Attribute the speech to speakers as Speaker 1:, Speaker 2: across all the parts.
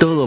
Speaker 1: Todo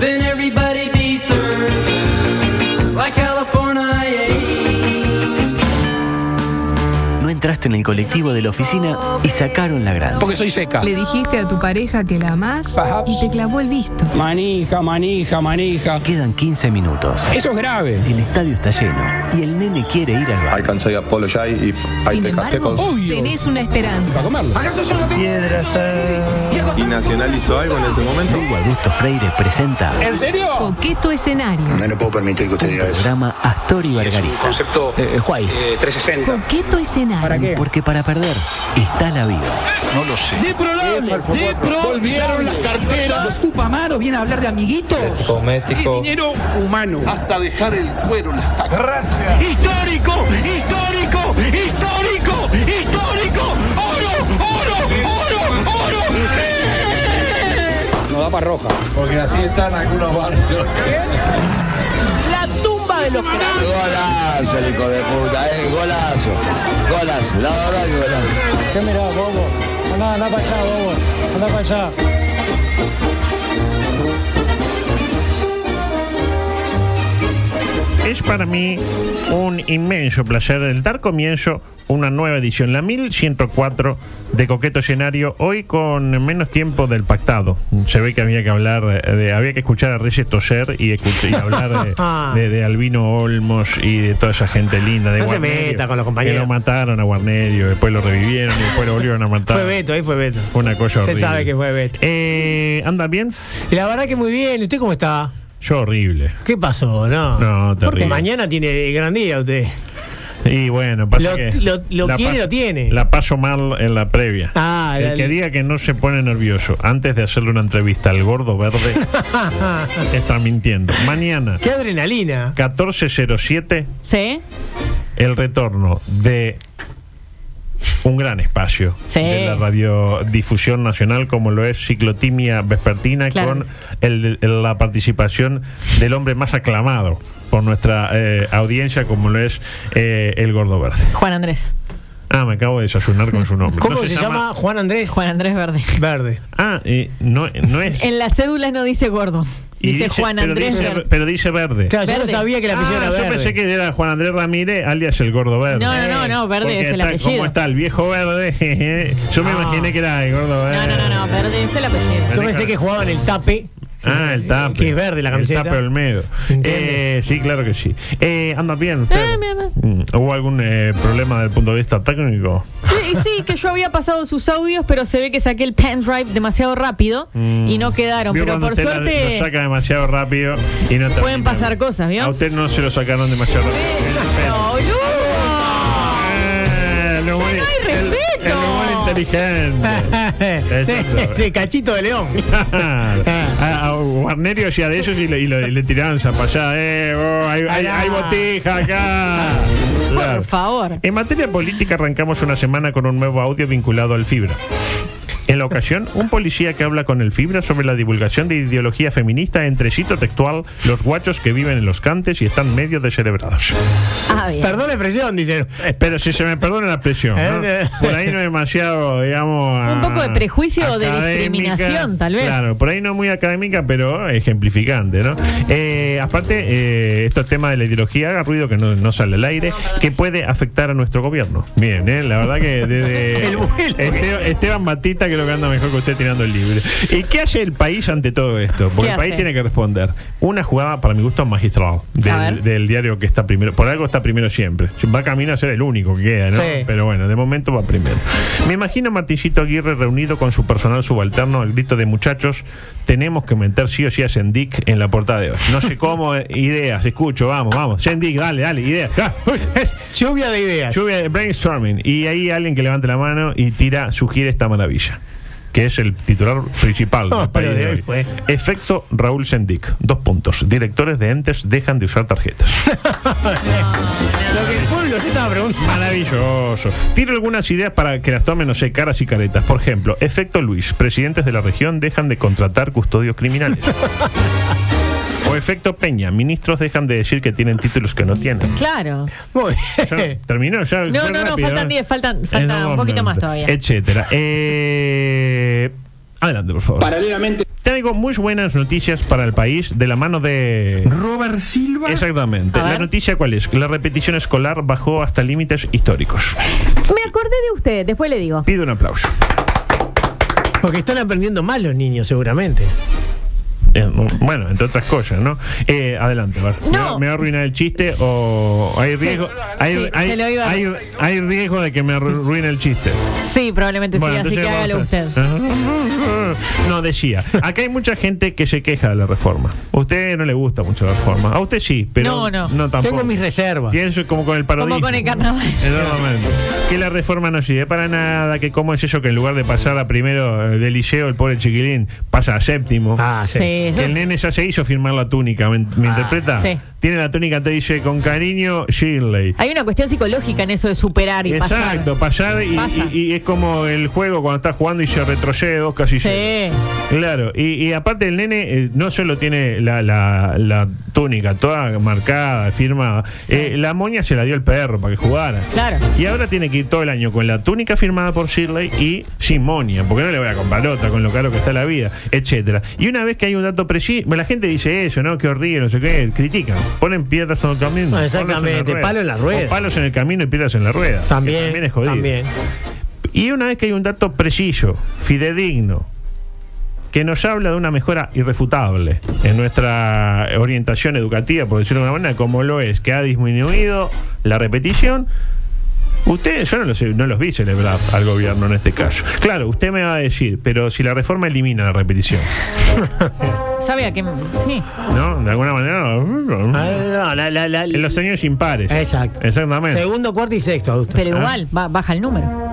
Speaker 2: then everybody be served like California.
Speaker 1: No entraste en el colectivo de la oficina y sacaron la grada.
Speaker 3: Porque soy seca.
Speaker 4: Le dijiste a tu pareja que la amás
Speaker 3: Perhaps.
Speaker 4: y te clavó el visto.
Speaker 3: Manija, manija, manija.
Speaker 1: Quedan 15 minutos.
Speaker 3: Eso es grave.
Speaker 1: El estadio está lleno y el nene quiere ir al
Speaker 5: I
Speaker 1: bar.
Speaker 5: can say apologize if I
Speaker 4: Sin
Speaker 5: take a
Speaker 4: embargo,
Speaker 5: second.
Speaker 3: Obvio.
Speaker 4: tenés una esperanza.
Speaker 3: Para comerlo.
Speaker 4: oh,
Speaker 5: ¿Y Nacional hizo algo en ese momento?
Speaker 1: Hugo Augusto Freire presenta
Speaker 3: ¿En serio?
Speaker 4: Coqueto escenario.
Speaker 1: un programa Astor y Bargarista.
Speaker 3: Concepto eh, Juay. 360.
Speaker 4: Coqueto
Speaker 3: ¿Para
Speaker 4: escenario.
Speaker 3: qué?
Speaker 1: Porque para perder está la vida.
Speaker 3: Volvieron las carteras.
Speaker 6: Tupamaro viene a hablar de amiguitos.
Speaker 3: Doméstico. Dinero humano.
Speaker 7: hasta dejar el cuero en las tacas.
Speaker 8: histórico, histórico, histórico, histórico, oro, oro, oro, oro. ¡Eh!
Speaker 3: Nos da para roja.
Speaker 7: Porque así están algunos barrios.
Speaker 6: La tumba de los cráneos.
Speaker 7: Golazo, hijo de puta, eh, golazo. Golazo, la verdad que golazo.
Speaker 9: ¿Qué mirás, bobo? Andá, andá para allá, bobo. Andá para allá.
Speaker 10: Es para mí un inmenso placer el dar comienzo a una nueva edición, la 1104 de Coqueto Escenario, hoy con menos tiempo del pactado. Se ve que había que hablar, eh, de, había que escuchar a Reyes toser y, escuch- y hablar de, de- de Albino Olmos y de toda esa gente linda. De
Speaker 11: No se
Speaker 10: Guarnerio,
Speaker 11: meta con los compañeros.
Speaker 10: Que lo mataron a Guarnerio, después lo revivieron y después lo volvieron a matar.
Speaker 11: Fue Beto, ahí fue Beto.
Speaker 10: Fue una cosa
Speaker 11: Usted
Speaker 10: horrible.
Speaker 11: sabe que fue Beto.
Speaker 10: Eh, ¿Anda bien?
Speaker 11: Y la verdad que muy bien. ¿Y ¿Usted cómo está?
Speaker 10: Yo horrible.
Speaker 11: ¿Qué pasó? No.
Speaker 10: No,
Speaker 11: Porque
Speaker 10: terrible.
Speaker 11: mañana tiene gran día usted.
Speaker 10: Y bueno, pasa
Speaker 11: Lo-
Speaker 10: que
Speaker 11: lo- lo
Speaker 10: la
Speaker 11: quiere,
Speaker 10: pas-
Speaker 11: lo tiene.
Speaker 10: La paso mal en la previa.
Speaker 11: Ah, la-
Speaker 10: el que diga que no se pone nervioso antes de hacerle una entrevista al gordo verde está mintiendo. Mañana,
Speaker 11: ¡Qué adrenalina!
Speaker 10: 14.07,
Speaker 12: Sí,
Speaker 10: el retorno de un gran espacio
Speaker 12: Sí.
Speaker 10: de la radiodifusión nacional como lo es Ciclotimia Vespertina
Speaker 12: Claro
Speaker 10: con
Speaker 12: que sí.
Speaker 10: el- el- la participación del hombre más aclamado por nuestra eh, audiencia como lo es eh, el gordo verde.
Speaker 12: Juan Andrés.
Speaker 10: Ah, me acabo de desayunar con su nombre.
Speaker 11: ¿Cómo
Speaker 10: No
Speaker 11: se, llama? Juan Andrés
Speaker 12: Juan Andrés Verde.
Speaker 11: Verde.
Speaker 10: Ah, eh, no, no es.
Speaker 12: En las cédulas no dice gordo.
Speaker 10: y
Speaker 12: Dice, Juan
Speaker 10: pero
Speaker 12: Andrés
Speaker 10: dice-
Speaker 12: Verde.
Speaker 10: Pero dice verde.
Speaker 11: Claro, yo no
Speaker 12: Verde.
Speaker 11: sabía que la apellido
Speaker 10: Ah,
Speaker 11: era
Speaker 10: yo
Speaker 11: Verde.
Speaker 10: pensé que era Juan Andrés Ramírez, alias el gordo verde.
Speaker 12: No, no, no, no, Verde
Speaker 10: Porque
Speaker 12: es el
Speaker 10: está-
Speaker 12: apellido.
Speaker 10: ¿Cómo está el viejo verde? jeje. Yo me
Speaker 11: Ah.
Speaker 10: imaginé que era el gordo verde.
Speaker 12: No, no, no, no, Verde es el apellido.
Speaker 11: Yo pensé que jugaban el tape.
Speaker 10: Ah, el tape.
Speaker 11: Que es verde la camiseta.
Speaker 10: El tape Olmedo.
Speaker 11: ¿Entiende?
Speaker 10: Eh, sí, claro que sí. Eh, ¿Anda bien usted?
Speaker 12: Ah, mi amor.
Speaker 10: Mm, ¿Hubo algún eh, problema desde el punto de vista técnico?
Speaker 12: Sí, sí, que yo había pasado sus audios, pero se ve que saqué el pendrive demasiado rápido y no quedaron.
Speaker 10: Mm. Vio
Speaker 12: Pero
Speaker 10: cuando
Speaker 12: por
Speaker 10: usted la-
Speaker 12: suerte.
Speaker 10: Lo saca demasiado rápido y no termina.
Speaker 12: Pueden pasar cosas, ¿vio?
Speaker 10: A usted no se lo sacaron demasiado rápido.
Speaker 12: ¡No, boludo!
Speaker 10: Eh, el
Speaker 12: Ya
Speaker 10: humor-
Speaker 12: no hay
Speaker 10: el-
Speaker 12: respeto.
Speaker 10: El humor inteligente.
Speaker 11: Ese cachito de león.
Speaker 10: Claro. A, a Guarnerio hacía de ellos y le, y lo- y le tiraban zapallá. Eh, vos, hay, hay- hay botija acá. Claro.
Speaker 12: Por favor.
Speaker 10: En materia política arrancamos una semana con un nuevo audio vinculado al Fibra. En la ocasión, un policía que habla con el Fibra sobre la divulgación de ideología feminista entre cito textual, los guachos que viven en los cantes y están medio descerebrados.
Speaker 12: Ah, bien.
Speaker 11: Perdón la expresión, dicen.
Speaker 10: Pero si se me perdona la presión, ¿no?
Speaker 11: Eh,
Speaker 10: por ahí no es demasiado, digamos.
Speaker 12: Un poco de
Speaker 10: ah,
Speaker 12: prejuicio o de
Speaker 10: académica.
Speaker 12: discriminación, tal vez.
Speaker 10: Claro, por ahí no muy académica, pero ejemplificante, ¿no? Eh, aparte, eh, estos temas de la ideología haga ruido que no, no sale al aire, que puede afectar a nuestro gobierno. Bien, ¿eh? la verdad que desde
Speaker 11: El vuelo.
Speaker 10: Este- Esteban Batista creo que anda mejor que usted tirando el libre. ¿Y qué hace el país ante todo esto? Porque
Speaker 12: ¿Qué
Speaker 10: el país
Speaker 12: hace?
Speaker 10: tiene que responder. Una jugada, para mi gusto, magistral del,
Speaker 12: ver.
Speaker 10: del diario que está primero. Por algo está primero siempre. Va camino a ser el único que queda, ¿no?
Speaker 11: Sí.
Speaker 10: Pero bueno, de momento va primero. Me imagino a Martincito Aguirre reunido con su personal subalterno al grito de muchachos, tenemos que meter sí o sí a Sendik en la portada de hoy. No sé cómo, eh, ideas, escucho, vamos, vamos. Sendik, dale, dale, ideas. Ah, uy, eh.
Speaker 11: Lluvia de ideas.
Speaker 10: Lluvia de brainstorming. Y ahí alguien que levante la mano y tira, sugiere esta maravilla. Que es el titular principal del
Speaker 11: No,
Speaker 10: país
Speaker 11: pero
Speaker 10: de
Speaker 11: de
Speaker 10: hoy.
Speaker 11: hoy fue.
Speaker 10: Efecto Raúl Sendik. Dos puntos. Directores de entes dejan de usar tarjetas.
Speaker 11: Lo que el pueblo se estaba preguntando.
Speaker 10: Maravilloso. Tiro algunas ideas para que las tomen, no sé, caras y caretas. Por ejemplo, Efecto Luis. Presidentes de la región dejan de contratar custodios criminales. O Como efecto Peña, ministros dejan de decir que tienen títulos que no tienen.
Speaker 12: Claro.
Speaker 10: Muy bien. Terminó ya.
Speaker 12: No,
Speaker 10: ya
Speaker 12: no, no,
Speaker 10: rápido,
Speaker 12: faltan
Speaker 10: ¿eh?
Speaker 12: 10, faltan, falta un poquito más
Speaker 10: Enormemente.
Speaker 12: todavía.
Speaker 10: Etcétera. Eh, adelante, por favor.
Speaker 3: Paralelamente.
Speaker 10: Traigo muy buenas noticias para el país de la mano de.
Speaker 3: Robert Silva.
Speaker 10: Exactamente.
Speaker 12: A ver.
Speaker 10: ¿La noticia cuál es? Que La repetición escolar bajó hasta límites históricos.
Speaker 12: Me acordé de usted, después le digo.
Speaker 10: Pido un aplauso.
Speaker 11: Porque están aprendiendo mal los niños, seguramente.
Speaker 10: Eh, bueno, entre otras cosas, ¿no? Eh, adelante, Bar. ¿Me, va,
Speaker 12: No.
Speaker 10: me va a arruinar el chiste o hay riesgo? Hay,
Speaker 12: Sí,
Speaker 10: hay-
Speaker 12: se lo iba a-
Speaker 10: hay- hay riesgo de que me arruine el chiste.
Speaker 12: Sí, probablemente
Speaker 10: Bueno,
Speaker 12: sí, así
Speaker 10: entonces
Speaker 12: que hágalo
Speaker 10: vamos a-
Speaker 12: usted.
Speaker 10: No, decía. Acá hay mucha gente que se queja de la reforma. A usted no le gusta mucho la reforma. A usted sí, pero
Speaker 12: No, no.
Speaker 10: tampoco.
Speaker 11: Tengo mis reservas.
Speaker 10: Tiene eso como con el parodismo.
Speaker 12: Como con el carnaval.
Speaker 10: Enormemente. Que la reforma no sirve para nada, que cómo es eso que en lugar de pasar a primero eh, de liceo el pobre chiquilín pasa a séptimo.
Speaker 11: Ah, sí.
Speaker 12: Sí,
Speaker 10: Que el nene ya se hizo firmar la túnica, ¿me, me
Speaker 11: Ah,
Speaker 10: interpreta?
Speaker 12: sí.
Speaker 10: Tiene la túnica, te dice con cariño Shirley.
Speaker 12: Hay una cuestión psicológica en eso de superar y
Speaker 10: Exacto,
Speaker 12: pasar.
Speaker 10: pasar, y,
Speaker 12: Pasa.
Speaker 10: y- y es como el juego cuando estás jugando y se retrocede dos casi
Speaker 12: Sí.
Speaker 10: Claro, y, y aparte el nene eh, no solo tiene la, la- la túnica toda marcada, firmada, eh, la moña se la dio el perro para que jugara.
Speaker 12: Claro.
Speaker 10: Y ahora tiene que ir todo el año con la túnica firmada por Shirley y sin moña, porque no le voy a comprar otra con lo caro que está la vida, etcétera. Y una vez que hay un dato preciso, la gente dice eso, ¿no? Que horrible, no sé qué, critican, ponen piedras en el camino.
Speaker 11: No,
Speaker 10: palos en la
Speaker 11: exactamente,
Speaker 10: rueda.
Speaker 11: palo en la rueda.
Speaker 10: O palos en el camino y piedras en la rueda. que
Speaker 11: También,
Speaker 10: también es jodido.
Speaker 11: también.
Speaker 10: Y una vez que hay un dato preciso, fidedigno, que nos habla de una mejora irrefutable en nuestra orientación educativa, por decirlo de una manera, como lo es, que ha disminuido la repetición. Usted, yo no los, no los vi celebrar al gobierno en este caso. Claro, usted me va a decir, pero si la reforma elimina la repetición,
Speaker 12: ¿Sabe a qué? Sí.
Speaker 10: ¿no? De alguna
Speaker 11: Ah,
Speaker 10: manera.
Speaker 11: no, la- la- la-
Speaker 10: En los años impares.
Speaker 11: Exacto.
Speaker 10: Exactamente.
Speaker 11: Segundo, cuarto y sexto, adulto.
Speaker 12: Pero igual, ba- baja el número.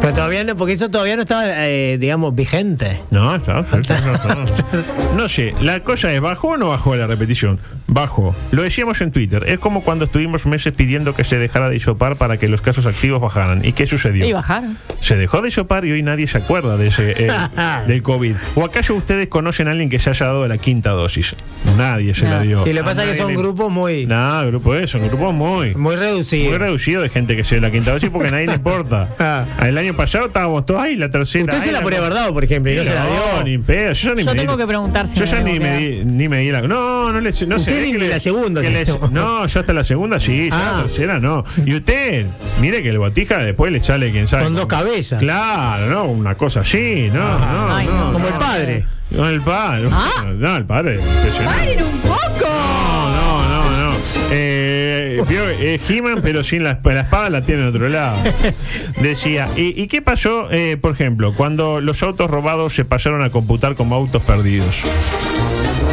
Speaker 11: Pero todavía no, porque eso todavía no estaba, eh, digamos, vigente.
Speaker 10: No, está, está, está, no, no. No sé, la cosa es, ¿bajó o no bajó la repetición? Bajó. Lo decíamos en Twitter, es como cuando estuvimos meses pidiendo que se dejara de isopar para que los casos activos bajaran. ¿Y qué sucedió?
Speaker 12: Y bajaron.
Speaker 10: Se dejó de isopar y hoy nadie se acuerda de ese, eh, del COVID. ¿O acaso ustedes conocen a alguien que se haya dado la quinta dosis? Nadie se
Speaker 12: No.
Speaker 10: la dio.
Speaker 11: Y lo
Speaker 10: A
Speaker 11: que pasa es que
Speaker 10: nadie
Speaker 11: son
Speaker 10: le-
Speaker 11: grupos muy,
Speaker 10: No, grupo eso, grupo
Speaker 11: muy
Speaker 10: muy... Muy
Speaker 11: reducidos.
Speaker 10: reducido de gente que se dio la quinta dosis porque a nadie le importa.
Speaker 11: Ah.
Speaker 10: El año pasado estábamos todos ahí, la tercera.
Speaker 11: Usted
Speaker 10: ay,
Speaker 11: se la pone
Speaker 10: cuarta.
Speaker 11: verdad, por ejemplo, y no se la dio.
Speaker 10: Ni pedo, Yo, ya ni
Speaker 12: Yo
Speaker 10: me
Speaker 12: tengo
Speaker 10: di-
Speaker 12: que preguntar si
Speaker 10: Yo
Speaker 12: me
Speaker 10: ya
Speaker 12: tengo
Speaker 10: ni
Speaker 12: que
Speaker 10: me,
Speaker 12: dar.
Speaker 10: di, ni me di la. No, no le. No
Speaker 11: Usted
Speaker 10: se ve
Speaker 11: ni
Speaker 10: que le-
Speaker 11: la segunda
Speaker 10: que
Speaker 11: se
Speaker 10: le-
Speaker 11: tomó.
Speaker 10: no, yo hasta la segunda sí, ya
Speaker 11: Ah.
Speaker 10: la tercera no. Y usted, mire que el botija después le sale quién sabe.
Speaker 11: Con dos cabezas.
Speaker 10: Claro, no, una cosa así, no, no,
Speaker 12: Ay,
Speaker 10: no,
Speaker 12: no.
Speaker 11: Como el padre.
Speaker 10: No, el padre.
Speaker 12: Ah.
Speaker 10: No, el padre. impresionante.
Speaker 12: ¡Paren un poco!
Speaker 10: No, no, no, no. Eh, vio, eh, He-Man, pero sin la, la espada la tiene en otro lado. Decía, ¿y, y qué pasó, eh, por ejemplo, cuando los autos robados se pasaron a computar como autos perdidos?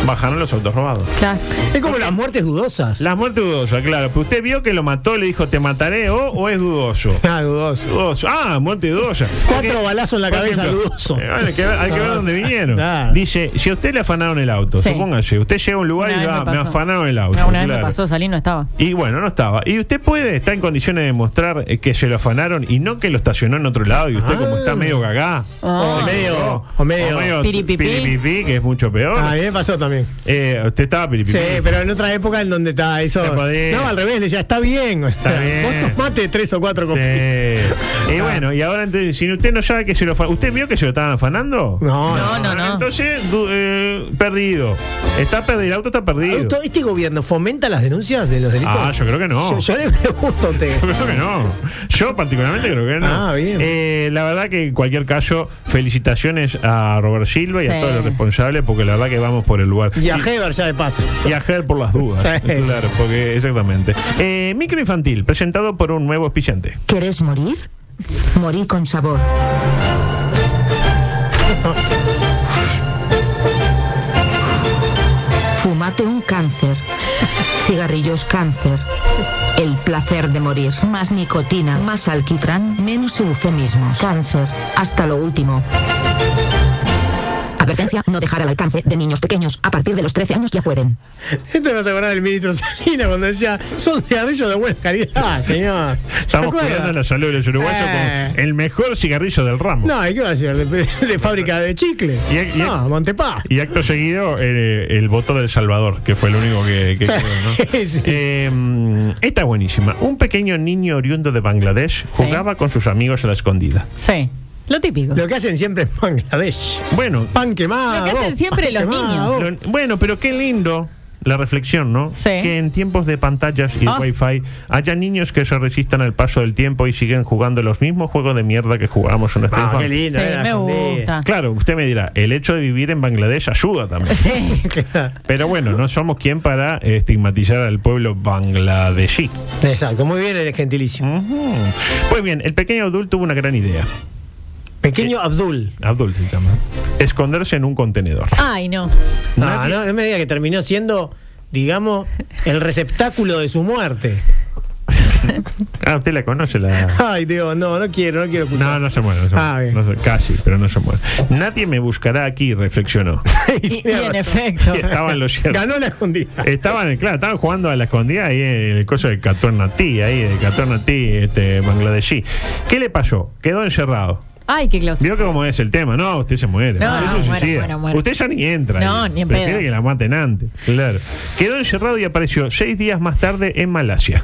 Speaker 10: Bajaron los autos robados.
Speaker 12: Claro.
Speaker 11: Es como las muertes dudosas.
Speaker 10: Las muertes dudosas, claro. Pero usted vio que lo mató, le dijo, te mataré o, o es dudoso.
Speaker 11: Ah, dudoso.
Speaker 10: Dudoso. Ah, muerte dudosa.
Speaker 11: Cuatro
Speaker 10: Porque-
Speaker 11: balazos en la
Speaker 10: por
Speaker 11: cabeza,
Speaker 10: ejemplo,
Speaker 11: dudoso. Ah,
Speaker 10: eh, hay que ver, hay que ver dónde vinieron.
Speaker 11: Claro.
Speaker 10: Dice, si a usted le afanaron el auto,
Speaker 12: Sí.
Speaker 10: supóngase, usted llega a un lugar
Speaker 12: Una
Speaker 10: y
Speaker 12: vez
Speaker 10: va,
Speaker 12: me
Speaker 10: me,
Speaker 12: pasó.
Speaker 10: afanaron el auto.
Speaker 12: No, una vez me
Speaker 10: claro.
Speaker 12: pasó, salí, no estaba.
Speaker 10: Y bueno, no estaba. Y usted puede estar en condiciones de demostrar eh, que se lo afanaron y no que lo estacionó en otro lado y usted como está medio gagá.
Speaker 12: Ah.
Speaker 10: o
Speaker 11: medio- o medio
Speaker 12: piripipí.
Speaker 10: piripipí, que es mucho peor.
Speaker 11: Ah, A mí me pasó también.
Speaker 10: Eh, usted estaba piripipí.
Speaker 11: Sí, pero en otra época en donde está eso.
Speaker 10: Se podía.
Speaker 11: No, al revés, le decía, está bien.
Speaker 10: Está bien.
Speaker 11: Vos tomate tres o cuatro copitas.
Speaker 10: Sí. Y bueno, y ahora entonces, si usted no sabe que se lo afanó, ¿usted vio que se lo estaban afanando?
Speaker 11: No,
Speaker 12: No, no, no.
Speaker 10: Entonces, du- eh, perdido. Está perdido, el auto está perdido.
Speaker 11: Augusto, ¿Este gobierno fomenta las denuncias de los delitos?
Speaker 10: Ah, yo creo que no.
Speaker 11: Yo, yo le pregunto a usted.
Speaker 10: Yo creo que no. Yo particularmente creo que no.
Speaker 11: Ah, bien.
Speaker 10: Eh, la verdad que en cualquier caso, felicitaciones a Robert Silva y a
Speaker 12: Sí.
Speaker 10: todos los responsables, porque la verdad que vamos por el lugar.
Speaker 11: Y a Heber ya de paso.
Speaker 10: Y a Ger por las dudas.
Speaker 11: Sí.
Speaker 10: Claro, porque exactamente. Eh, micro infantil, presentado por un nuevo auspiciante.
Speaker 13: ¿Querés morir? Morí con sabor. Fumate un cáncer. Cigarrillos cáncer. El placer de morir. Más nicotina, más alquitrán, menos eufemismos. Cáncer. Hasta lo último. A Advertencia, no dejar al alcance de niños pequeños. A partir de los 13 años ya pueden.
Speaker 11: Esto Este me hace acordar del ministro Salinas cuando decía, son cigarrillos de buena calidad, señor. ¿Se
Speaker 10: Estamos
Speaker 11: acuerda?
Speaker 10: cuidando la salud de los uruguayos
Speaker 11: Eh.
Speaker 10: con el mejor cigarrillo del ramo.
Speaker 11: No, ¿y qué va a ser? De, de fábrica de chicle.
Speaker 10: y-
Speaker 11: no, Montepá.
Speaker 10: Y acto seguido, eh, el voto del Salvador, que fue el único que, que
Speaker 11: Sí.
Speaker 10: quedó, ¿no? Eh, mm, esta es buenísima. Un pequeño niño oriundo de Bangladesh jugaba con sus amigos a la escondida.
Speaker 12: Sí. Lo típico.
Speaker 11: Lo que hacen siempre es Bangladesh.
Speaker 10: Bueno,
Speaker 11: Pan quemado.
Speaker 12: Lo que hacen siempre
Speaker 11: pan
Speaker 12: los
Speaker 11: quemado.
Speaker 10: lo- bueno, pero qué lindo. La reflexión, ¿no? Que en tiempos de pantallas y de
Speaker 12: Ah.
Speaker 10: wifi haya niños que se resistan al paso del tiempo y siguen jugando los mismos juegos de mierda que jugábamos en nuestra
Speaker 11: Ah,
Speaker 10: infancia.
Speaker 11: qué lindo.
Speaker 12: Sí,
Speaker 11: era
Speaker 12: me
Speaker 11: la escondida.
Speaker 12: gusta.
Speaker 10: Claro, usted me dirá, el hecho de vivir en Bangladesh ayuda también.
Speaker 12: Sí.
Speaker 10: Pero bueno, no somos quien para estigmatizar al pueblo bangladesí.
Speaker 11: Exacto, muy bien el
Speaker 10: ¿Mm?
Speaker 11: gentilísimo.
Speaker 10: Pues bien, el pequeño Abdul tuvo una gran idea.
Speaker 11: Pequeño Abdul.
Speaker 10: Abdul se llama. Esconderse en un contenedor.
Speaker 11: Ah.
Speaker 12: Ay, no.
Speaker 11: No, no, no me diga Ah, que terminó siendo, digamos, el receptáculo de su muerte.
Speaker 10: Ah, usted la conoce la...
Speaker 11: Ay, Dios, no, no quiero, no quiero escuchar.
Speaker 10: No, no se muere. no se muere.
Speaker 11: Ah, bien.
Speaker 10: No se- casi, pero no se muere. Nadie me buscará aquí, reflexionó.
Speaker 12: Y, y en efecto.
Speaker 10: Y estaban los cierto.
Speaker 11: Ganó la escondida.
Speaker 10: Estaban, claro, estaban jugando a la escondida ahí en el coso de Caternatí, ahí de Caternatí, este, bangladesí. ¿Qué le pasó? Quedó encerrado.
Speaker 12: Ay, qué claustro.
Speaker 10: Vio que como es el tema, no, usted se muere.
Speaker 12: No,
Speaker 10: usted
Speaker 12: no,
Speaker 10: se
Speaker 12: muere,
Speaker 10: suicida.
Speaker 12: muere, muere.
Speaker 10: Usted ya ni entra.
Speaker 12: No,
Speaker 10: ahí.
Speaker 12: ni en
Speaker 10: Prefiere
Speaker 12: pedo.
Speaker 10: que la maten antes. Claro. Quedó encerrado y apareció seis días más tarde en Malasia.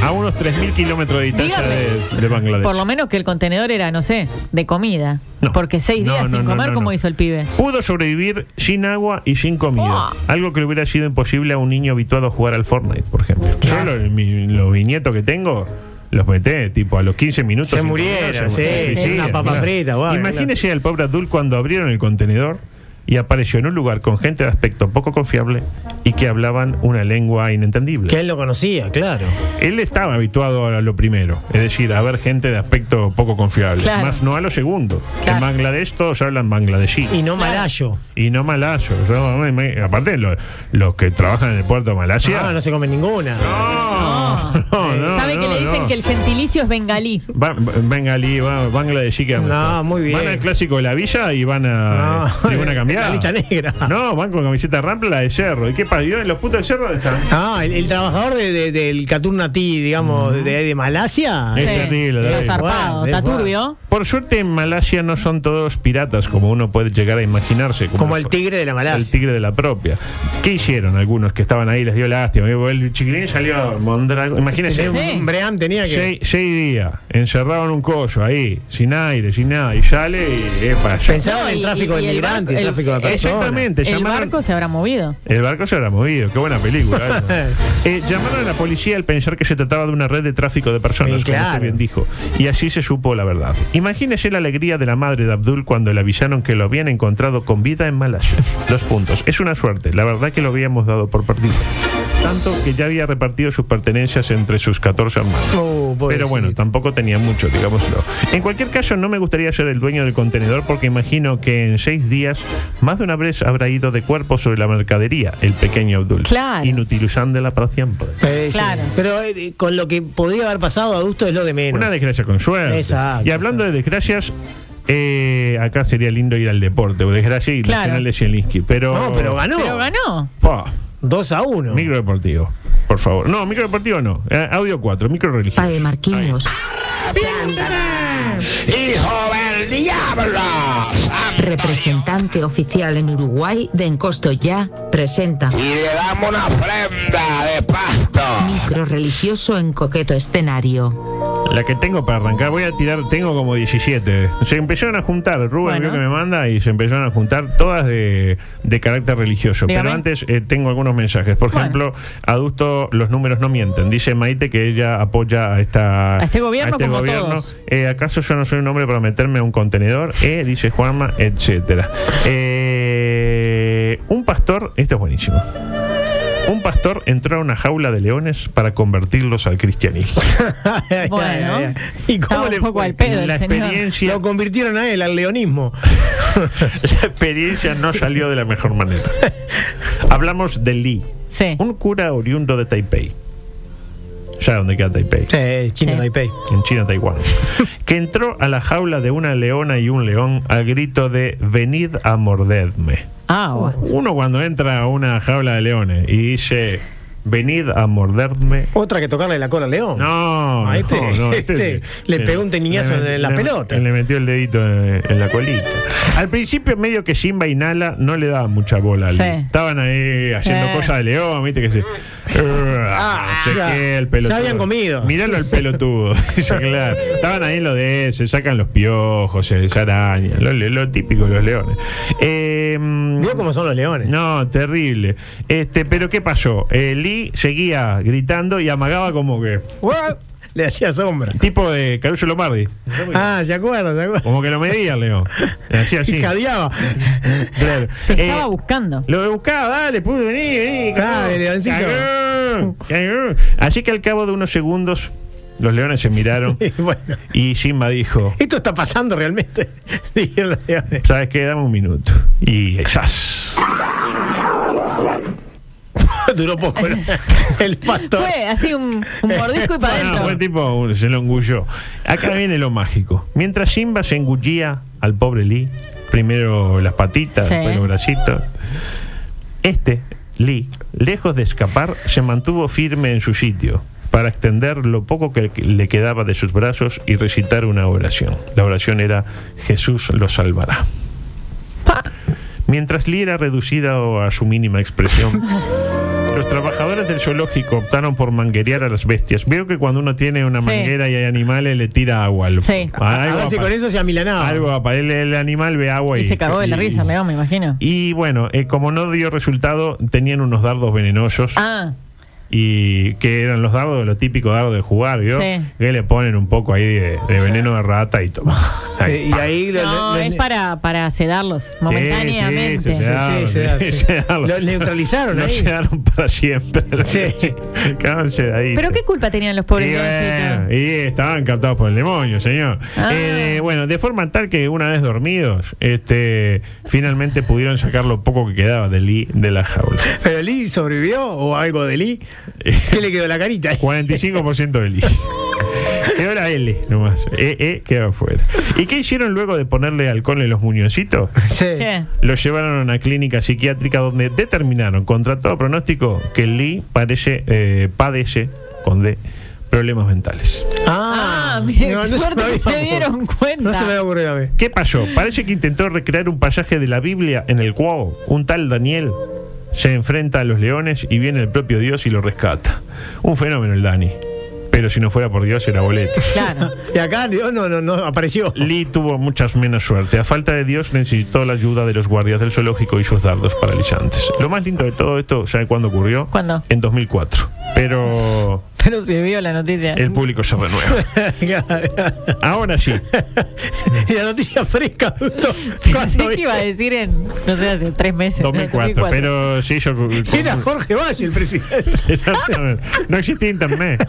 Speaker 10: A unos 3.000 kilómetros de distancia
Speaker 12: Dígame.
Speaker 10: de, de Bangladesh.
Speaker 12: Por lo menos que el contenedor era, no sé, de comida.
Speaker 10: Pues. No.
Speaker 12: Porque seis
Speaker 10: No,
Speaker 12: días
Speaker 10: no,
Speaker 12: sin
Speaker 10: no,
Speaker 12: comer,
Speaker 10: no,
Speaker 12: como
Speaker 10: no.
Speaker 12: hizo el pibe.
Speaker 10: Pudo sobrevivir sin agua y sin comida.
Speaker 12: Ah.
Speaker 10: Algo que le hubiera sido imposible a un niño habituado a jugar al Fortnite, por ejemplo. Yo lo- mi- los viñetos que tengo los meté, tipo, a los 15 minutos.
Speaker 11: Se
Speaker 10: 50
Speaker 11: murieron,
Speaker 10: minutos,
Speaker 11: sí,
Speaker 10: murieron.
Speaker 11: sí, una papa
Speaker 10: claro.
Speaker 11: frita, guau,
Speaker 10: Imagínese al pobre Abdul cuando abrieron el contenedor y apareció en un lugar con gente de aspecto poco confiable y que hablaban una lengua inentendible.
Speaker 11: Que él lo conocía, claro.
Speaker 10: Él estaba habituado a lo primero, es decir, a ver gente de aspecto poco confiable,
Speaker 12: Claro.
Speaker 10: más no a lo segundo.
Speaker 12: Claro.
Speaker 10: En Bangladesh todos hablan bangladesí.
Speaker 11: Y no malayo.
Speaker 10: Y no malayo. Yo, me- me- aparte, lo- los que trabajan en el puerto de Malasia.
Speaker 11: Ah, no se come ninguna.
Speaker 10: No, no, no,
Speaker 12: ¿Sabe que
Speaker 10: no,
Speaker 12: le dicen
Speaker 10: no.
Speaker 12: que el gentilicio es bengalí?
Speaker 10: Va- va- Bengalí, va- Bangladesí que
Speaker 11: No, muy bien.
Speaker 10: Van al clásico de la villa y van a.
Speaker 11: No.
Speaker 10: y van a cambiar.
Speaker 11: Ah, La lista negra.
Speaker 10: No, van con camiseta rampla de cerro. ¿Y qué pasa? ¿Y dónde los putos de cerro dónde están?
Speaker 11: Ah, el, el trabajador de, de- del Caturnati, digamos, de, de Malasia.
Speaker 10: Es terrible,
Speaker 12: Pero
Speaker 10: terrible.
Speaker 12: zarpado,
Speaker 11: Bueno,
Speaker 12: está
Speaker 11: bueno.
Speaker 12: turbio.
Speaker 10: Por suerte en Malasia no son todos piratas como uno puede llegar a imaginarse.
Speaker 11: Como el tigre de la Malasia.
Speaker 10: El tigre de la propia. ¿Qué hicieron algunos que estaban ahí? Les dio lástima. El chiquilín salió mondrago. Imagínense.
Speaker 11: Tenía un-
Speaker 12: Sí.
Speaker 11: un bream tenía que.
Speaker 10: Seis, seis días, encerrado en un coso, ahí, sin aire, sin nada, y sale y epa, ya.
Speaker 11: Pensaba
Speaker 12: No,
Speaker 11: en
Speaker 12: y-
Speaker 11: el tráfico
Speaker 12: y-
Speaker 11: de
Speaker 12: y el
Speaker 11: migrantes,
Speaker 12: barco-
Speaker 11: el tráfico de
Speaker 12: el-
Speaker 11: personas.
Speaker 10: Exactamente,
Speaker 12: El
Speaker 10: llamaron-
Speaker 12: barco se habrá movido.
Speaker 10: El barco se habrá movido, qué buena película. ¿eh? Eh, llamaron a la policía al pensar que se trataba de una red de tráfico de personas,
Speaker 11: Sí,
Speaker 10: como usted
Speaker 11: claro.
Speaker 10: bien dijo. Y así se supo la verdad. Imagínese la alegría de la madre de Abdul cuando le avisaron que lo habían encontrado con vida en Malasia. Dos puntos. Es una suerte, la verdad que lo habíamos dado por perdido. Tanto que ya había repartido sus pertenencias entre sus 14 hermanos.
Speaker 11: Oh,
Speaker 10: Pero
Speaker 11: pobrecito.
Speaker 10: bueno, tampoco tenía mucho, digámoslo. En cualquier caso, no me gustaría ser el dueño del contenedor porque imagino que en seis días más de una vez habrá ido de cuerpo sobre la mercadería el pequeño Abdul.
Speaker 12: Claro.
Speaker 10: Inutilizándola para siempre.
Speaker 11: Eh, sí.
Speaker 12: Claro.
Speaker 11: Pero eh, con lo que podía haber pasado adusto es lo de menos.
Speaker 10: Una desgracia con suerte.
Speaker 11: Exacto,
Speaker 10: y hablando de desgracias, eh, acá sería lindo ir al deporte, o desgracia y
Speaker 12: Claro.
Speaker 10: nacional de Zielinski. Pero,
Speaker 11: No, pero ganó.
Speaker 12: Pero ganó.
Speaker 10: Pa,
Speaker 11: 2 a 1.
Speaker 10: micro deportivo, por favor. No, micro deportivo no. Eh, audio 4, micro religioso.
Speaker 13: Pae Marquinhos.
Speaker 8: ¡Hijo del diablo!
Speaker 13: Representante oficial en Uruguay de Encosto Ya, presenta.
Speaker 8: Y le damos una ofrenda de pasto.
Speaker 13: Micro religioso en coqueto escenario.
Speaker 10: La que tengo para arrancar, voy a tirar, tengo como 17. Se empezaron a juntar,
Speaker 12: Bueno.
Speaker 10: Rubén vio que me manda y se empezaron a juntar todas de, de carácter religioso.
Speaker 12: Dígame.
Speaker 10: Pero antes eh, tengo algunos mensajes. Por
Speaker 12: Bueno.
Speaker 10: ejemplo, adusto, los números no mienten. Dice Maite que ella apoya a esta
Speaker 12: A este gobierno
Speaker 10: este
Speaker 12: como
Speaker 10: gobierno.
Speaker 12: todos.
Speaker 10: Eh, ¿Acaso yo no soy un hombre para meterme a un contenedor? Eh, dice Juanma, etcétera. Eh, un pastor, esto es buenísimo. Un pastor entró a una jaula de leones para convertirlos al cristianismo.
Speaker 12: Bueno.
Speaker 11: ¿Y cómo
Speaker 12: Estaba
Speaker 11: le
Speaker 12: un poco
Speaker 11: fue?
Speaker 12: al pedo el
Speaker 10: La
Speaker 12: señor.
Speaker 10: experiencia
Speaker 11: Lo convirtieron a él, al leonismo.
Speaker 10: la experiencia no salió de la mejor manera. Hablamos de Lee,
Speaker 12: Sí.
Speaker 10: un cura oriundo de Taipei. Ya donde queda Taipei.
Speaker 11: Sí, China, Sí. Taipei.
Speaker 10: En China, Taiwán. que entró a la jaula de una leona y un león al grito de venid a mordedme.
Speaker 12: Ah, bueno.
Speaker 10: Uno cuando entra a una jaula de leones y dice venid a morderme.
Speaker 11: Otra que tocarle la cola al león.
Speaker 10: No,
Speaker 11: Ah, este-
Speaker 10: no, no,
Speaker 11: este le pegó un teñigazo
Speaker 10: Le met-
Speaker 11: en la
Speaker 10: le-
Speaker 11: pelota.
Speaker 10: Le metió el dedito en, en la colita. Al principio, medio que Simba y Nala no le daban mucha bola. al-
Speaker 12: Sí.
Speaker 10: Estaban ahí haciendo
Speaker 12: Sí.
Speaker 10: cosas de león, viste que se. se
Speaker 11: Ah, ya.
Speaker 10: queda el
Speaker 11: Ya
Speaker 10: pelotudo.
Speaker 11: habían comido.
Speaker 10: Míralo al pelotudo. Dice, claro. Estaban ahí en lo de se sacan los piojos, se desarañan. Lo, lo típico de los leones. Eh,
Speaker 11: Vio cómo son los leones.
Speaker 10: no, terrible. Este, pero ¿qué pasó? Eh, Lee seguía gritando y amagaba como que.
Speaker 11: Le hacía sombra.
Speaker 10: Tipo de Caruso Lombardi.
Speaker 11: Ah, se acuerda, se acuerda.
Speaker 10: Como que lo medía, Leo. Le hacía así.
Speaker 11: Y jadeaba.
Speaker 10: Claro.
Speaker 12: Te
Speaker 10: Eh,
Speaker 12: estaba buscando.
Speaker 10: lo buscaba, dale, pude venir, vení,
Speaker 11: Dale,
Speaker 10: cagón,
Speaker 11: leoncito.
Speaker 10: cagón, cagón. Así que al cabo de unos segundos, los leones se miraron
Speaker 11: Y bueno,
Speaker 10: y Simba dijo.
Speaker 11: esto está pasando realmente. Dijeron los leones.
Speaker 10: ¿Sabes qué? Dame un minuto. Y ¡zas!
Speaker 11: Duró poco ¿no? el pato.
Speaker 12: Fue así un, un mordisco y para
Speaker 10: No,
Speaker 12: adentro.
Speaker 10: fue tipo, uh, se lo engulló. Acá viene lo mágico. Mientras Simba se engullía al pobre Lee, primero las patitas,
Speaker 12: Sí.
Speaker 10: después los bracitos, este, Lee, lejos de escapar, se mantuvo firme en su sitio para extender lo poco que le quedaba de sus brazos y recitar una oración. La oración era Jesús lo salvará. Mientras Lee era reducido a su mínima expresión, los trabajadores del zoológico optaron por manguerear a las bestias. Veo que cuando uno tiene una
Speaker 12: Sí.
Speaker 10: manguera y hay animales, le tira agua. al-
Speaker 12: Sí.
Speaker 10: a-
Speaker 11: a
Speaker 10: Algo
Speaker 11: ver si
Speaker 10: apa-
Speaker 11: con eso se amilanaba.
Speaker 10: algo apa- el, el animal ve agua y,
Speaker 12: Y se cagó de la
Speaker 10: y-
Speaker 12: risa, León, me imagino.
Speaker 10: Y bueno, eh, como no dio resultado, tenían unos dardos venenosos.
Speaker 12: Ah,
Speaker 10: Y que eran los dardos, los típicos dardos de jugar, ¿vio?
Speaker 12: Sí.
Speaker 10: Que le ponen un poco ahí de, de veneno de rata y toma.
Speaker 11: Eh, y ahí lo-
Speaker 12: no,
Speaker 11: lo-
Speaker 12: es para, para sedarlos momentáneamente.
Speaker 10: Sí, sí, sedaron,
Speaker 11: Sí, sí, sedaron, sí.
Speaker 10: sedaron.
Speaker 11: Lo neutralizaron
Speaker 10: Lo
Speaker 11: ahí.
Speaker 10: sedaron para siempre.
Speaker 11: Sí.
Speaker 10: Quedaron sedaditos.
Speaker 12: Pero ¿qué culpa tenían los
Speaker 10: Y,
Speaker 12: pobres
Speaker 10: bueno,
Speaker 12: leoncitos?
Speaker 10: y estaban captados por el demonio, señor.
Speaker 12: Ah.
Speaker 10: Eh, de- bueno, de forma tal que una vez dormidos, este, finalmente pudieron sacar lo poco que quedaba de Lee de la jaula.
Speaker 11: ¿Pero Lee sobrevivió o algo de Lee? ¿Qué le quedó la carita?
Speaker 10: 45% de Lee. Quedó la L nomás. E, E quedó afuera. ¿Y qué hicieron luego de ponerle alcohol en los muñoncitos?
Speaker 11: Sí.
Speaker 12: ¿Qué?
Speaker 10: Lo llevaron a una clínica psiquiátrica donde determinaron, contra todo pronóstico, que Lee parece, eh, padece con D, problemas mentales.
Speaker 12: Ah, mira, qué
Speaker 11: me
Speaker 12: suerte que
Speaker 11: había
Speaker 12: se
Speaker 11: ocurrido.
Speaker 12: dieron cuenta.
Speaker 11: No se me había ocurrido a mí.
Speaker 10: ¿Qué pasó? Parece que intentó recrear un pasaje de la Biblia en el cual un tal Daniel se enfrenta a los leones y viene el propio Dios y lo rescata. Un fenómeno el Dani. Pero si no fuera por Dios era boleto.
Speaker 12: Claro.
Speaker 11: Y acá Dios no, no, no apareció.
Speaker 10: Lee tuvo muchas menos suerte. A falta de Dios necesitó la ayuda de los guardias del zoológico y sus dardos paralizantes. Lo más lindo de todo esto, ¿sabe cuándo ocurrió?
Speaker 12: ¿Cuándo?
Speaker 10: En 2004. Pero
Speaker 12: Pero sirvió la noticia.
Speaker 11: Eh,
Speaker 10: el público se renueva. Ahora sí.
Speaker 11: y la noticia fresca, justo.
Speaker 12: Pensé
Speaker 11: cuando
Speaker 12: que iba a
Speaker 11: vino.
Speaker 12: decir en, no sé, hace tres meses. ¿no?
Speaker 10: 2004.
Speaker 12: 2004.
Speaker 10: Pero sí, yo...
Speaker 11: Era Jorge Valle el presidente.
Speaker 10: Exactamente. No existía internet.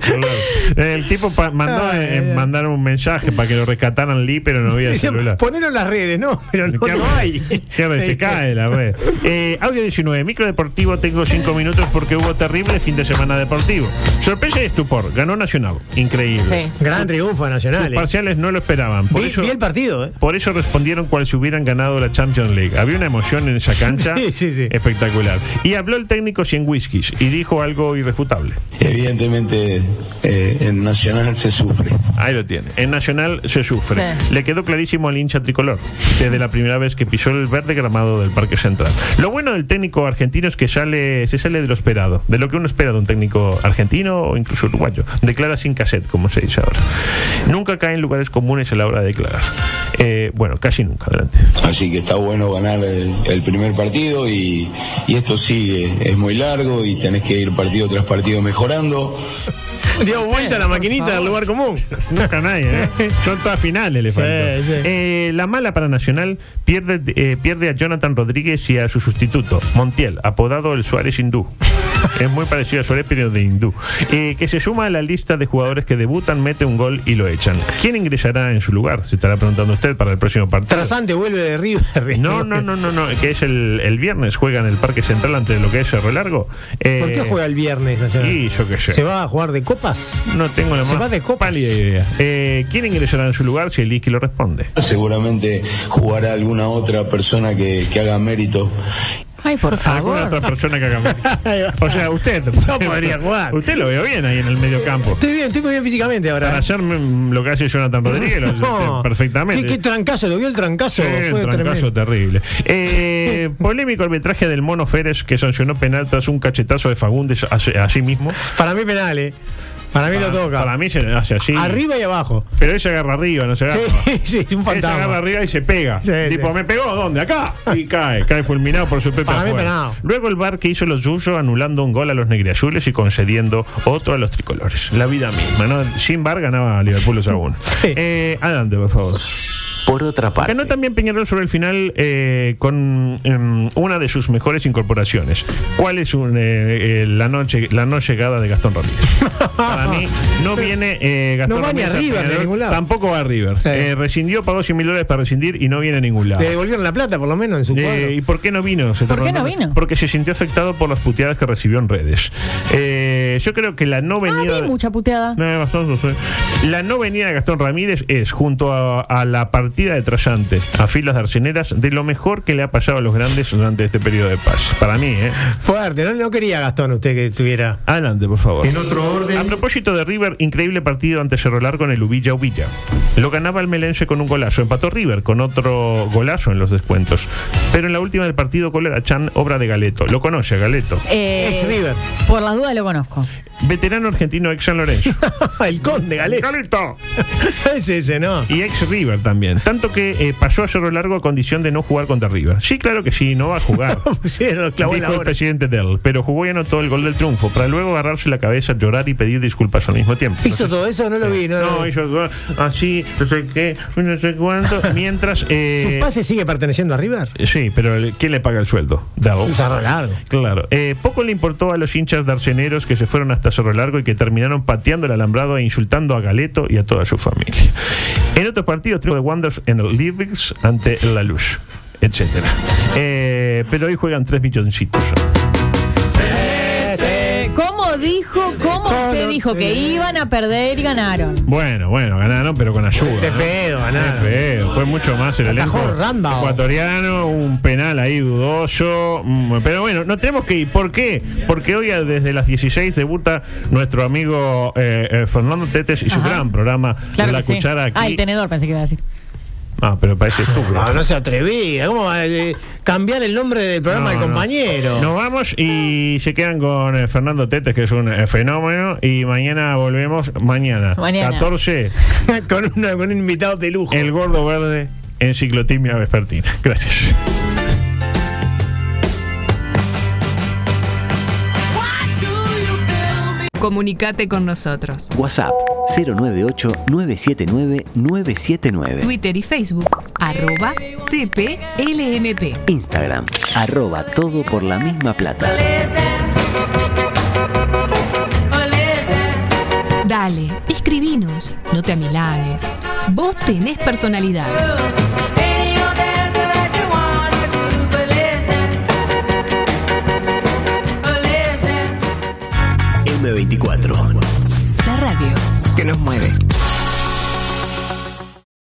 Speaker 10: Claro. El tipo pa- mandó
Speaker 11: Ay,
Speaker 10: eh,
Speaker 11: ay.
Speaker 10: mandar un mensaje para que lo rescataran Lee, pero no había
Speaker 11: Decían,
Speaker 10: celular.
Speaker 11: Ponelo en las redes, no, pero no,
Speaker 10: ¿Qué
Speaker 11: no
Speaker 10: habrá?
Speaker 11: hay.
Speaker 10: ¿Qué habrá? Se cae la red. Eh, audio 19, microdeportivo, tengo 5 minutos porque hubo terrible fin de semana deportivo. Sorpresa y estupor, ganó Nacional, increíble.
Speaker 12: Sí.
Speaker 11: Gran triunfo nacional.
Speaker 10: Los
Speaker 11: eh.
Speaker 10: parciales no lo esperaban. Por
Speaker 11: Vi,
Speaker 10: eso,
Speaker 11: vi el partido, ¿eh?
Speaker 10: por eso respondieron cual si hubieran ganado la Champions League. Había una emoción en esa cancha
Speaker 11: Sí, sí, sí.
Speaker 10: espectacular. Y habló el técnico sin whiskies y dijo algo irrefutable.
Speaker 7: Evidentemente eh, en Nacional se sufre.
Speaker 10: Ahí lo tiene. En Nacional se sufre.
Speaker 12: Sí.
Speaker 10: Le quedó clarísimo al hincha tricolor desde la primera vez que pisó el verde gramado del Parque Central. Lo bueno del técnico argentino es que sale, se sale de lo esperado, de lo que uno espera de un técnico argentino o incluso uruguayo. Declara sin cassette, como se dice ahora. Nunca cae en lugares comunes a la hora de declarar. Eh, bueno, casi nunca. Adelante.
Speaker 7: Así que está bueno ganar el, el primer partido y, y esto sigue, es muy largo y tenés que ir partido tras partido mejorando.
Speaker 11: Dio vuelta a la maquinita del lugar común.
Speaker 10: Nunca nadie, ¿eh? Son todas finales, le faltó.
Speaker 11: sí.
Speaker 10: Eh, la mala para Nacional pierde, eh, pierde a Jonathan Rodríguez y a su sustituto, Montiel, apodado el Suárez Hindú. es muy parecido a Soler, pero de hindú. Eh, que se suma a la lista de jugadores que debutan, mete un gol y lo echan. ¿Quién ingresará en su lugar? Se estará preguntando usted para el próximo partido.
Speaker 11: Trasante vuelve de River.
Speaker 10: No, no, no, no, no, que es el, el viernes, juega en el Parque Central ante lo que es Cerro Largo. Eh,
Speaker 11: ¿Por qué juega el viernes Nacional?
Speaker 10: Y yo qué sé.
Speaker 11: ¿Se va a jugar de copas?
Speaker 10: No tengo la
Speaker 11: Se
Speaker 10: más
Speaker 11: va de copas.
Speaker 10: pálida idea. Eh, ¿Quién ingresará en su lugar si el Iki lo responde?
Speaker 7: Seguramente jugará alguna otra persona que, que haga mérito.
Speaker 12: Ay, por favor.
Speaker 10: Alguna otra persona que haga mérito. O sea, usted.
Speaker 11: Yo podría jugar.
Speaker 10: Usted lo veo bien ahí en el medio campo.
Speaker 11: Estoy bien, estoy muy bien físicamente
Speaker 10: Para
Speaker 11: ahora.
Speaker 10: hacer mm, lo que hace Jonathan Rodríguez, lo hace
Speaker 11: No.
Speaker 10: usted perfectamente.
Speaker 11: ¿Qué, qué trancazo, lo vio el trancazo.
Speaker 10: Sí,
Speaker 11: Fue
Speaker 10: un
Speaker 11: tremendo.
Speaker 10: trancazo terrible. Eh, polémico arbitraje del Mono Férez que sancionó penal tras un cachetazo de Fagundes a, a sí mismo.
Speaker 11: Para mí penal, eh. Para mí lo toca.
Speaker 10: Para mí se hace así.
Speaker 11: Arriba y abajo.
Speaker 10: Pero él se agarra arriba, no se agarra.
Speaker 11: Sí, sí, un
Speaker 10: Él se agarra
Speaker 11: fantasma.
Speaker 10: arriba y se pega.
Speaker 11: Sí,
Speaker 10: tipo,
Speaker 11: sí.
Speaker 10: ¿me pegó? ¿Dónde? Acá. Y cae, cae fulminado por su pepa.
Speaker 11: Para mí
Speaker 10: afuera.
Speaker 11: penado.
Speaker 10: Luego el bar que hizo lo suyo, anulando un gol a los negriazules y concediendo otro a los tricolores. La vida misma, ¿no? Sin bar ganaba Liverpool 2 a 1.
Speaker 11: Sí.
Speaker 10: Eh, adelante, por favor.
Speaker 1: Por otra parte,
Speaker 10: Ganó también Peñarol sobre el final eh, con em, una de sus mejores incorporaciones. ¿Cuál es un, eh, eh, la, noche, la no llegada de Gastón Ramírez? Para mí no viene eh, Gastón
Speaker 11: No va ni
Speaker 10: Ramírez.
Speaker 11: a River, ni a ningún lado.
Speaker 10: Tampoco va a River.
Speaker 11: Sí.
Speaker 10: Eh, rescindió, pagó 100 mil dólares para rescindir y no viene a ningún lado.
Speaker 11: Le devolvieron la plata, por lo menos, en su
Speaker 10: Eh, ¿Y
Speaker 11: cuadro.
Speaker 10: por qué no vino? Se
Speaker 12: ¿Por
Speaker 10: está
Speaker 12: qué no
Speaker 10: preguntando.
Speaker 12: vino?
Speaker 10: Porque se sintió afectado por las puteadas que recibió en redes. Eh, yo creo que la no
Speaker 12: Ah,
Speaker 10: venida.
Speaker 12: vi
Speaker 10: de-
Speaker 12: mucha puteada.
Speaker 10: no, Gastón, no sé. La no venida de Gastón Ramírez es, junto a, a la partida de Trasante a filas de arceneras, de lo mejor que le ha pasado a los grandes durante este periodo de paz. Para mí, ¿eh?
Speaker 11: Fuerte, no, no quería Gastón usted que estuviera.
Speaker 10: Adelante, por favor.
Speaker 5: otro orden.
Speaker 10: A propósito de River, increíble partido ante Cerro Largo en el Ubilla Ubilla. Lo ganaba el Melense con un golazo, empató River con otro golazo en los descuentos. Pero en la última del partido, Colera Chan, obra de Galeto. Lo conoce, Galeto.
Speaker 12: Eh,
Speaker 11: Ex River.
Speaker 12: Por las dudas lo conozco.
Speaker 10: Veterano argentino ex San Lorenzo.
Speaker 11: el conde Galera.
Speaker 10: Galeto.
Speaker 11: es ese, ¿no?
Speaker 10: Y ex River también. Tanto que eh, pasó a Cerro Largo a condición de no jugar contra River. Sí, claro que sí, no va a jugar.
Speaker 11: sí, lo clavó en la
Speaker 10: Dijo el
Speaker 11: hora.
Speaker 10: presidente Dell, pero jugó y anotó el gol del triunfo, para luego agarrarse la cabeza, llorar y pedir disculpas al mismo tiempo. No
Speaker 11: ¿Hizo
Speaker 10: sé-
Speaker 11: todo eso? No lo vi. No, lo
Speaker 10: No,
Speaker 11: vi.
Speaker 10: ellos así, no sé qué, no sé cuánto. Mientras.
Speaker 11: ¿Su
Speaker 10: Eh,
Speaker 11: pase sigue perteneciendo a River?
Speaker 10: Sí, pero el- ¿quién le paga el sueldo? Davo.
Speaker 11: Cerro Largo.
Speaker 10: Claro. Eh, poco le importó a los hinchas darceneros que se fueron hasta Cerro Largo y que terminaron pateando el alambrado e insultando a Galeto y a toda su familia. En otros partidos, triunfo de Wanderers en el Livings ante la Luz, etcétera. Eh, pero hoy juegan tres milloncitos.
Speaker 12: Eh, ¿Cómo dijo, cómo usted
Speaker 11: Conoce-
Speaker 12: dijo que iban a perder y ganaron?
Speaker 10: Bueno, bueno, ganaron, pero con ayuda.
Speaker 11: De
Speaker 10: ¿no?
Speaker 11: pedo, ganaron.
Speaker 10: De pedo. Fue mucho más el
Speaker 11: Atajó
Speaker 10: elenco
Speaker 11: Rambao.
Speaker 10: ecuatoriano, un penal ahí dudoso. mm, Pero bueno, no tenemos que ir. ¿Por qué? Porque hoy a- desde las 16 debuta nuestro amigo eh, eh, Fernando Tetes y su
Speaker 12: Ajá.
Speaker 10: gran programa
Speaker 12: Claro
Speaker 10: La
Speaker 12: que sí.
Speaker 10: Cuchara aquí.
Speaker 12: Ah, el tenedor pensé que iba a decir.
Speaker 10: Ah, pero parece estúpido.
Speaker 11: No, no se atrevía. ¿Cómo va a eh, cambiar el nombre del programa
Speaker 10: No,
Speaker 11: del
Speaker 10: no.
Speaker 11: compañero?
Speaker 10: Nos vamos y se quedan con eh, Fernando Tetes, que es un eh, fenómeno. Y mañana volvemos, mañana,
Speaker 12: Mañana.
Speaker 10: 14,
Speaker 11: con, una- con un invitado de lujo.
Speaker 10: El Gordo Verde en Ciclotimia Vespertina. Gracias.
Speaker 4: Comunicate con nosotros.
Speaker 1: WhatsApp 098-979-979.
Speaker 4: Twitter y Facebook, arroba TPLMP.
Speaker 1: Instagram, arroba todo por la misma plata.
Speaker 4: Dale, escribinos, no te amilanes. Vos tenés personalidad.
Speaker 1: M24.
Speaker 4: La radio.
Speaker 1: Que nos mueve.